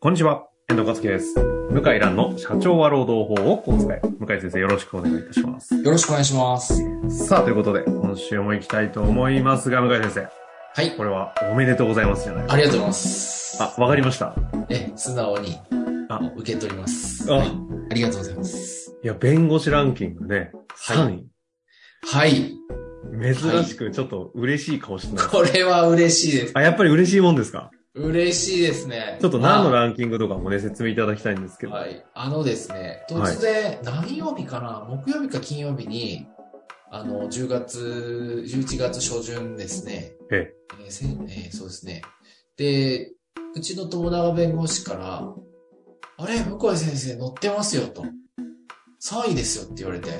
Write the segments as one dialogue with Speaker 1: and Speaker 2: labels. Speaker 1: こんにちは、遠藤和樹です。向井蘭の社長は労働法をお使い。向井先生よろしくお願いいたします。
Speaker 2: よろしくお願いします。
Speaker 1: さあ、ということで、今週も行きたいと思いますが、向井先生、
Speaker 2: はい
Speaker 1: こ。れはおめでとうございますじゃないです
Speaker 2: ありがとうございます。
Speaker 1: か。あ、わかりました。
Speaker 2: え、素直に
Speaker 1: あ
Speaker 2: もう受け取ります。
Speaker 1: あ
Speaker 2: はい、ありがとうございます。
Speaker 1: いや、弁護士ランキングね、
Speaker 2: は
Speaker 1: 3位。
Speaker 2: はい。
Speaker 1: 珍しくちょっと嬉しい顔してます。
Speaker 2: これは嬉しいです。
Speaker 1: あ、やっぱり嬉しいもんですか
Speaker 2: 嬉しいですね。
Speaker 1: ちょっと何の
Speaker 2: まあ
Speaker 1: ランキングとかもね、説明いただきたいんですけど。
Speaker 2: はい。あのですね、突然、何曜日かな木曜日か金曜日に、あの、10月、11月初旬ですね。
Speaker 1: え
Speaker 2: えーせんえーそうですね。で、うちの友永弁護士から、あれ、向井先生乗ってます よと。3位ですよって言われて。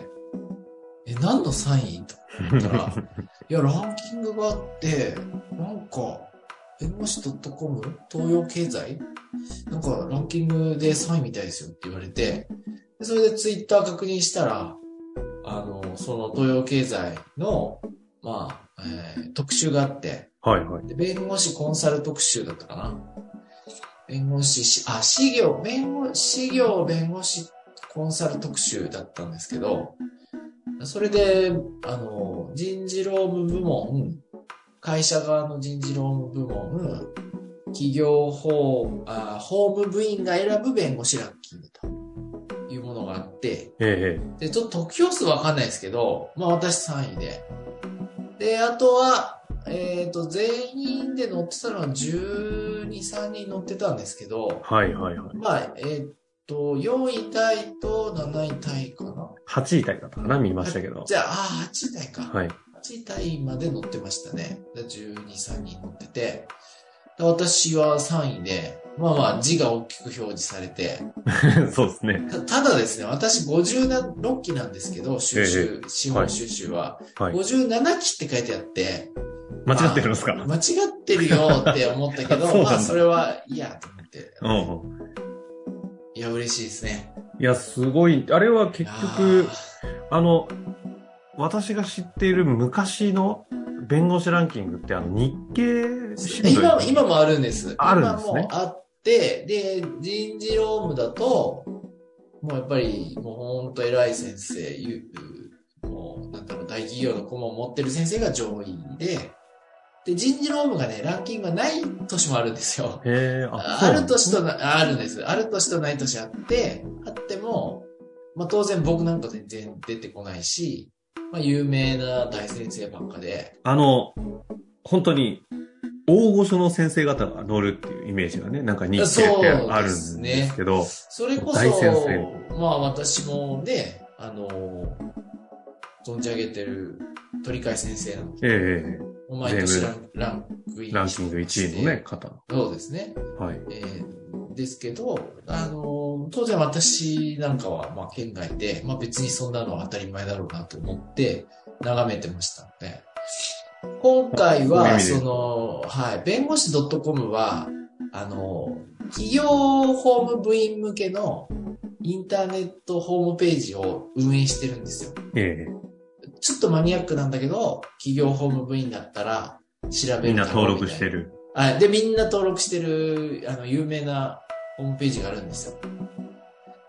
Speaker 2: え、何の3位と思った ら、いや、ランキングがあって、なんか、弁護士 .com? 東洋経済なんかランキングで3位みたいですよって言われて、でそれでツイッター確認したら、あの、その東洋経済の、まあ、えー特集があって、
Speaker 1: はい、はい。
Speaker 2: で弁護士コンサル特集だったかな。弁護士し、あ、資業、弁護、資業弁護士コンサル特集だったんですけど、それで、あの、人事労務部門、会社側の人事労務部門、企業法、あ法務部員が選ぶ弁護士ランキングというものがあって、
Speaker 1: ええ
Speaker 2: で、ちょっと得票数わかんないですけど、まあ私3位で。で、あとは、えっ、と、全員で乗ってたのは12、3人乗ってたんですけど、
Speaker 1: はい、はい、はい。
Speaker 2: まあ、えっ、と、4位タイと7位タイかな。
Speaker 1: 8位タイだったかな見ましたけど。
Speaker 2: じゃあ、あー8位タイか。
Speaker 1: はい。
Speaker 2: 8位タイまで乗ってましたね。で12、3人乗ってて。で私は3位で、まあまあ字が大きく表示されて、
Speaker 1: そうですね。
Speaker 2: たただですね、私56期なんですけど、収集、資本収集は、
Speaker 1: はい
Speaker 2: 57期って書いてあって、
Speaker 1: 間違ってるんですか
Speaker 2: 間違ってるよって思った
Speaker 1: そ
Speaker 2: け
Speaker 1: うな
Speaker 2: ど、
Speaker 1: んだ
Speaker 2: まあそれはいいやと思って、
Speaker 1: うん。
Speaker 2: いや嬉しいですね。
Speaker 1: いや、すごい。あれは結局
Speaker 2: あ、
Speaker 1: あの、私が知っている昔の弁護士ランキングって、あの、日経新
Speaker 2: ー
Speaker 1: 聞。
Speaker 2: 今、今もあるんです。
Speaker 1: あるんですね
Speaker 2: 今もあって、で、人事労務だと、もうやっぱり、もうほんと偉い先生、ゆもう、なんだろう、大企業の顧問を持ってる先生が上位で、で、人事労務がね、ランキングがない年もあるんですよ。
Speaker 1: へえ、あ、
Speaker 2: あ
Speaker 1: そう
Speaker 2: あ
Speaker 1: な
Speaker 2: る
Speaker 1: んです
Speaker 2: 年とな、ああるんです。ある年とない年あって、あっても、まあ当然僕なんか全然出てこないし、まあ有名な大先生ばっかで、
Speaker 1: あの、本当に、大御所の先生方が乗るっていうイメージがね、なんか日経ってあるんですけど、
Speaker 2: それこ
Speaker 1: 大先
Speaker 2: そ、まあ私もね、あの、存じ上げてる鳥海先生なんて、
Speaker 1: ええ
Speaker 2: 毎年ランランクインし
Speaker 1: ええ
Speaker 2: てまして
Speaker 1: ランキング1位のね、。方。
Speaker 2: そうですね。
Speaker 1: はい。
Speaker 2: えーですけど、あの、当然私なんかは、まあ、県外で、まあ別にそんなのは当たり前だろうなと思って眺めてましたので、今
Speaker 1: そうい
Speaker 2: 回
Speaker 1: う意
Speaker 2: は、
Speaker 1: 味で
Speaker 2: その、はい、弁護士 .com は、あの、企業法務部員向けのインターネットホームページを運営してるんですよ。
Speaker 1: え
Speaker 2: ちょっとマニアックなんだけど、企業法務部員だったら調
Speaker 1: え
Speaker 2: べる
Speaker 1: みんな
Speaker 2: だろう
Speaker 1: 登
Speaker 2: み
Speaker 1: 録
Speaker 2: たい
Speaker 1: してる。
Speaker 2: はい。で、みんな登録してる、あの、有名なホームページがあるんですよ。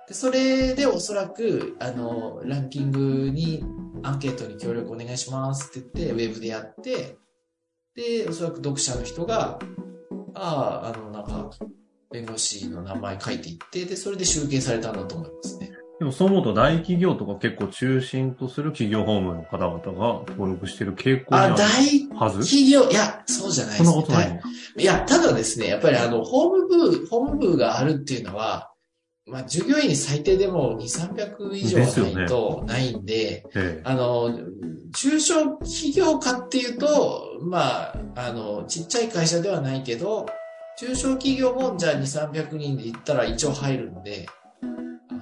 Speaker 2: で、それでおそらく、あの、ランキングに、アンケートに協力お願いしますって言って、ウェブでやって、で、おそらく読者の人が、ああ、あの、なんか、弁護士の名前書いていって、で、それで集計されたんだと思いますね。
Speaker 1: でもそう思うと大企業とか結構中心とする企業法務の方々が登録してる傾向にあ
Speaker 2: あ、
Speaker 1: る
Speaker 2: 大
Speaker 1: はず
Speaker 2: 企業、いや、そうじゃない
Speaker 1: そ
Speaker 2: で
Speaker 1: んな
Speaker 2: すね。
Speaker 1: ことないの
Speaker 2: いや、ただですね、やっぱりあの、ホーム部、ホーム部があるっていうのは、まあ、従業員に最低でも2、300以上はないと、ないんで、
Speaker 1: ええ
Speaker 2: あの、中小企業家っていうと、まあ、あの、ちっちゃい会社ではないけど、中小企業もじゃあ2、300人で行ったら一応入るので、あの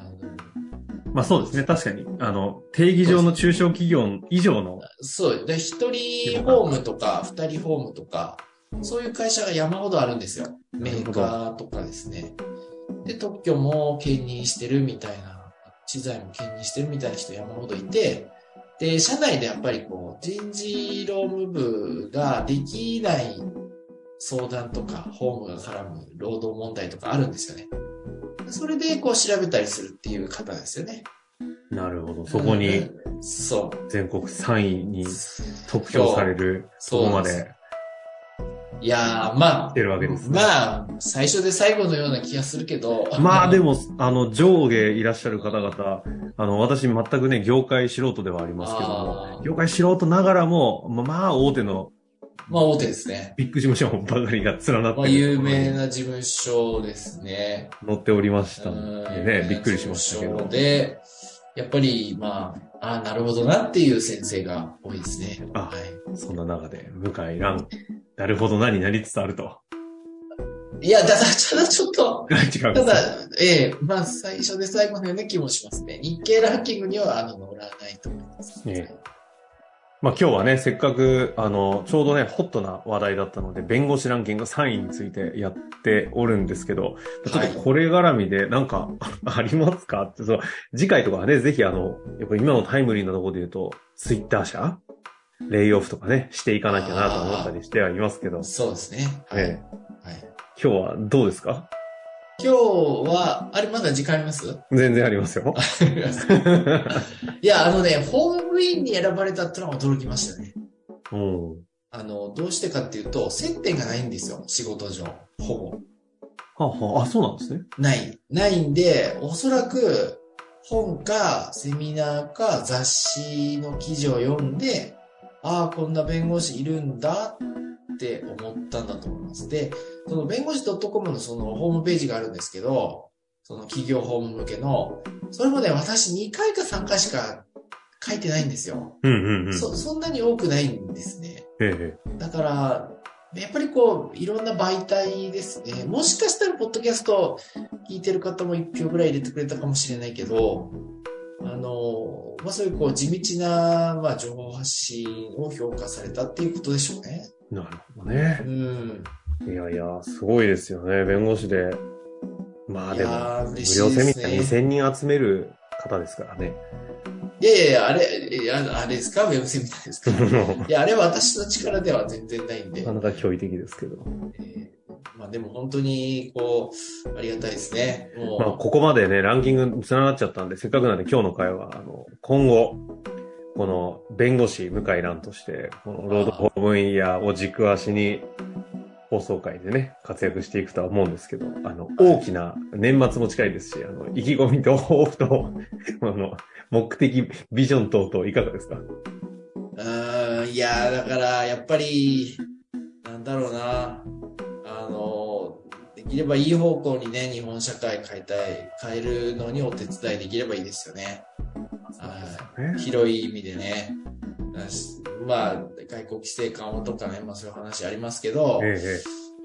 Speaker 1: まあそうですね。確かに、あの、定義上の中小企業以上の、
Speaker 2: そう、で、一人ホームとか、二人ホームとか、そういう会社が山ほどあるんですよ。メーカーとかですね。で、特許も兼任してるみたいな、資材も兼任してるみたいな人山ほどいて、で、社内でやっぱりこう、人事労務部ができない相談とか、ホームが絡む労働問題とかあるんですよね。それで、こう、調べたりするっていう方ですよね。
Speaker 1: なるほど。そこに
Speaker 2: うんそ
Speaker 1: 全国3位に
Speaker 2: う。
Speaker 1: 得票される、
Speaker 2: そ
Speaker 1: そうこまで
Speaker 2: いやー、まあ
Speaker 1: 来、てるわけですね。
Speaker 2: まあ、最初で最後のような気がするけど。
Speaker 1: まあで
Speaker 2: も。
Speaker 1: も、あの、上下いらっしゃる方々、あの、私全くね、業界素人ではありますけど
Speaker 2: あ
Speaker 1: も
Speaker 2: ー、
Speaker 1: 業界素人ながらも、ままあ大手の
Speaker 2: まあ、大手ですね。
Speaker 1: ビッグ事務所ばかりが連なって
Speaker 2: ま
Speaker 1: る
Speaker 2: あ、有名な事務所ですね。
Speaker 1: 乗っておりました
Speaker 2: うん
Speaker 1: んでね、びっくりしましたけ
Speaker 2: 事務
Speaker 1: ど
Speaker 2: 所。で、やっぱり、まあ、ああ、なるほどなっていう先生が多いですね。
Speaker 1: あ
Speaker 2: はい。
Speaker 1: そんな中で、向井蘭、なるほどなになりつつあると。
Speaker 2: いや、ただ、ただちょっと、
Speaker 1: 違う
Speaker 2: ただ、ええまあ、最初で最後のような気もしますね。日経ランキングには、あの、乗らないと思います。
Speaker 1: えまあ今日はね、せっかく、あの、ちょうどね、ホットな話題だったので、弁護士ランキング3位についてやっておるんですけど、ちょっとこれ絡みで、なんか、 ありますかって、そう、次回とかはね、ぜひあの、やっぱり今のタイムリーなところで言うと、ツイッター社レイオフとかね、していかなきゃなと思ったりしてはいますけど、
Speaker 2: そうですね。はい。
Speaker 1: ええ
Speaker 2: はい、
Speaker 1: 今日はどうですか
Speaker 2: 今日は、あれ、まだ時間あります
Speaker 1: 全然ありますよ。
Speaker 2: いや、あのね、ホームインに選ばれたってのは驚きましたね。
Speaker 1: うん。
Speaker 2: あの、どうしてかっていうと、接点がないんですよ、仕事上。ほぼ。
Speaker 1: はあ、はあ、あ、そうなんですね。
Speaker 2: ない。ないんで、おそらく、本か、セミナーか、雑誌の記事を読んで、ああ、こんな弁護士いるんだって思ったんだと思います。で、その弁護士 .com のそのホームページがあるんですけど、その企業ホーム向けの、それもね、私2回か3回しか書いてないんですよ。
Speaker 1: うんうんうん。
Speaker 2: そそんなに多くないんですね。
Speaker 1: ええ。
Speaker 2: だから、やっぱりこう、いろんな媒体ですね。もしかしたら、ポッドキャスト聞いてる方も1票ぐらい入れてくれたかもしれないけど、あの、まあ、そういうこう、地道な、まあ、情報発信を評価されたっていうことでしょうね。
Speaker 1: なるほどね
Speaker 2: う。ん。
Speaker 1: いやいや、すごいですよね。弁護士で。まあ
Speaker 2: い
Speaker 1: でも、
Speaker 2: やー、
Speaker 1: 無
Speaker 2: 嬉し
Speaker 1: 料
Speaker 2: い
Speaker 1: セ
Speaker 2: で
Speaker 1: ミ
Speaker 2: す
Speaker 1: ナ
Speaker 2: ね。
Speaker 1: ー2000人集める方ですからね。
Speaker 2: いやいやいや、あれ、いやあれですかウェブセミナーで すかいや、あれは私の力では全然ないんで。
Speaker 1: なかなか驚異的ですけど。
Speaker 2: えーまあでも本当に、こう、ありがたいですね。もう、
Speaker 1: まあ、ここまでね、ランキングにつながっちゃったんで、せっかくなんで今日の会は、あの、今後、この弁護士向井蘭として、この労働法務員やを軸足に、放送会でね、活躍していくとは思うんですけど、あの、大きな年末も近いですし、あの、意気込みと抱負と、 あの、目的、ビジョン等々いかがですか
Speaker 2: うーん、いやー、だから、やっぱり、なんだろうな、あの、できればいい方向にね、日本社会変えたい、変えるのにお手伝いできればいいですよね。は
Speaker 1: ね
Speaker 2: い。広い意味でね。だしまあ、外国規制緩和とかね、まあそういう話ありますけど、
Speaker 1: え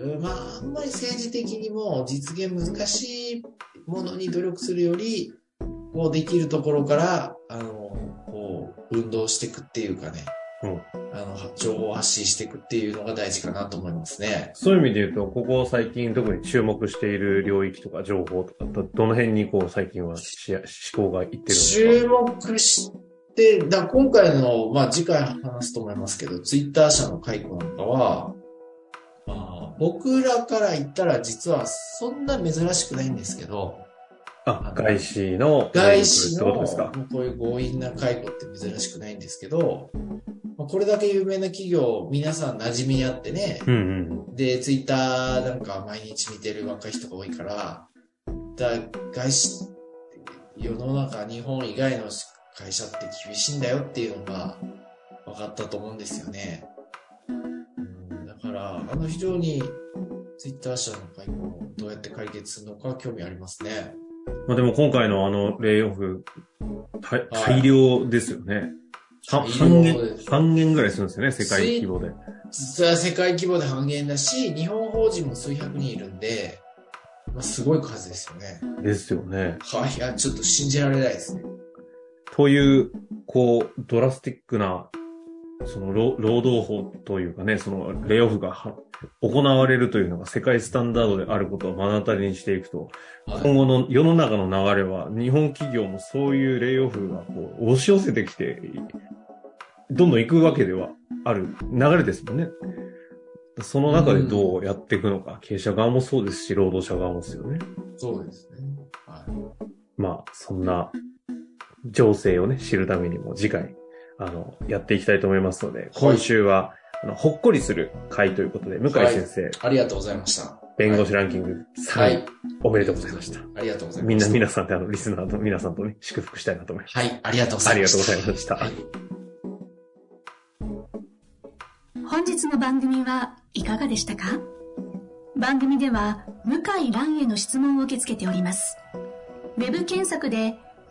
Speaker 1: え、
Speaker 2: うんまあ、あんまり政治的にも実現難しいものに努力するより、こうできるところから、あの、こう、運動していくっていうかね、
Speaker 1: うん
Speaker 2: あの、情報を発信していくっていうのが大事かなと思いますね。
Speaker 1: そういう意味で言うと、ここ最近特に注目している領域とか情報とか、どどの辺にこう最近はし思考がいってるんですか
Speaker 2: 注目して、だ今回の、まあ次回話すと思いますけど、ツイッター社の解雇なんかは、まあ、僕らから言ったら実はそんな珍しくないんですけど、
Speaker 1: あ、外資の
Speaker 2: 外資
Speaker 1: って
Speaker 2: の
Speaker 1: ことですか
Speaker 2: こういう強引な解雇って珍しくないんですけど、まあこれだけ有名な企業、皆さん馴染みあってね、
Speaker 1: うんうん。
Speaker 2: で、ツイッターなんか毎日見てる若い人が多いから、だ外資、世の中、日本以外の会社って厳しいんだよっていうのが分かったと思うんですよね。うんだから、あの非常にツイッター社の解雇をどうやって解決するのか興味ありますね。
Speaker 1: まあでも今回のあの、レイオフ、大
Speaker 2: はい
Speaker 1: 大量ですよね。は半
Speaker 2: いろいろ
Speaker 1: 減
Speaker 2: で、
Speaker 1: 半減ぐらいするんですよね、世界規模で。
Speaker 2: 実は世界規模で半減だし、日本法人も数百人いるんで、まあ、すごい数ですよね。
Speaker 1: ですよね。
Speaker 2: はい、いや、ちょっと信じられないですね。
Speaker 1: という、こう、ドラスティックな、その労、労働法というかね、その、レイオフがは行われるというのが世界スタンダードであることを目の当たりにしていくと、
Speaker 2: はい
Speaker 1: 今後の世の中の流れは、日本企業もそういうレイオフがこう押し寄せてきて、どんどん行くわけではある流れですもんね。その中でどうやっていくのか、経営者側もそうですし、労働者側もですよね。
Speaker 2: そうですね。はい。
Speaker 1: まあ、そんな情勢をね、知るためにも次回、あの、やっていきたいと思いますので、今週は、あの、ほっこりする回ということで、向井先生、
Speaker 2: ありがとうございました。
Speaker 1: 弁護士ランキング3位、
Speaker 2: はい。
Speaker 1: おめでとうございました。
Speaker 2: ありがとうございました。
Speaker 1: みんな、皆さんで、あの、リスナーの皆さんとね、祝福したいなと思います。
Speaker 2: はい、ありがとうござ
Speaker 1: あ
Speaker 2: い
Speaker 1: り
Speaker 2: ま
Speaker 1: がとう
Speaker 2: し
Speaker 1: ご
Speaker 2: た
Speaker 1: ざい。ました。
Speaker 3: 本日の番組はいかがでしたか番組では向井蘭への質問を受け付けておりますウェブ検索で「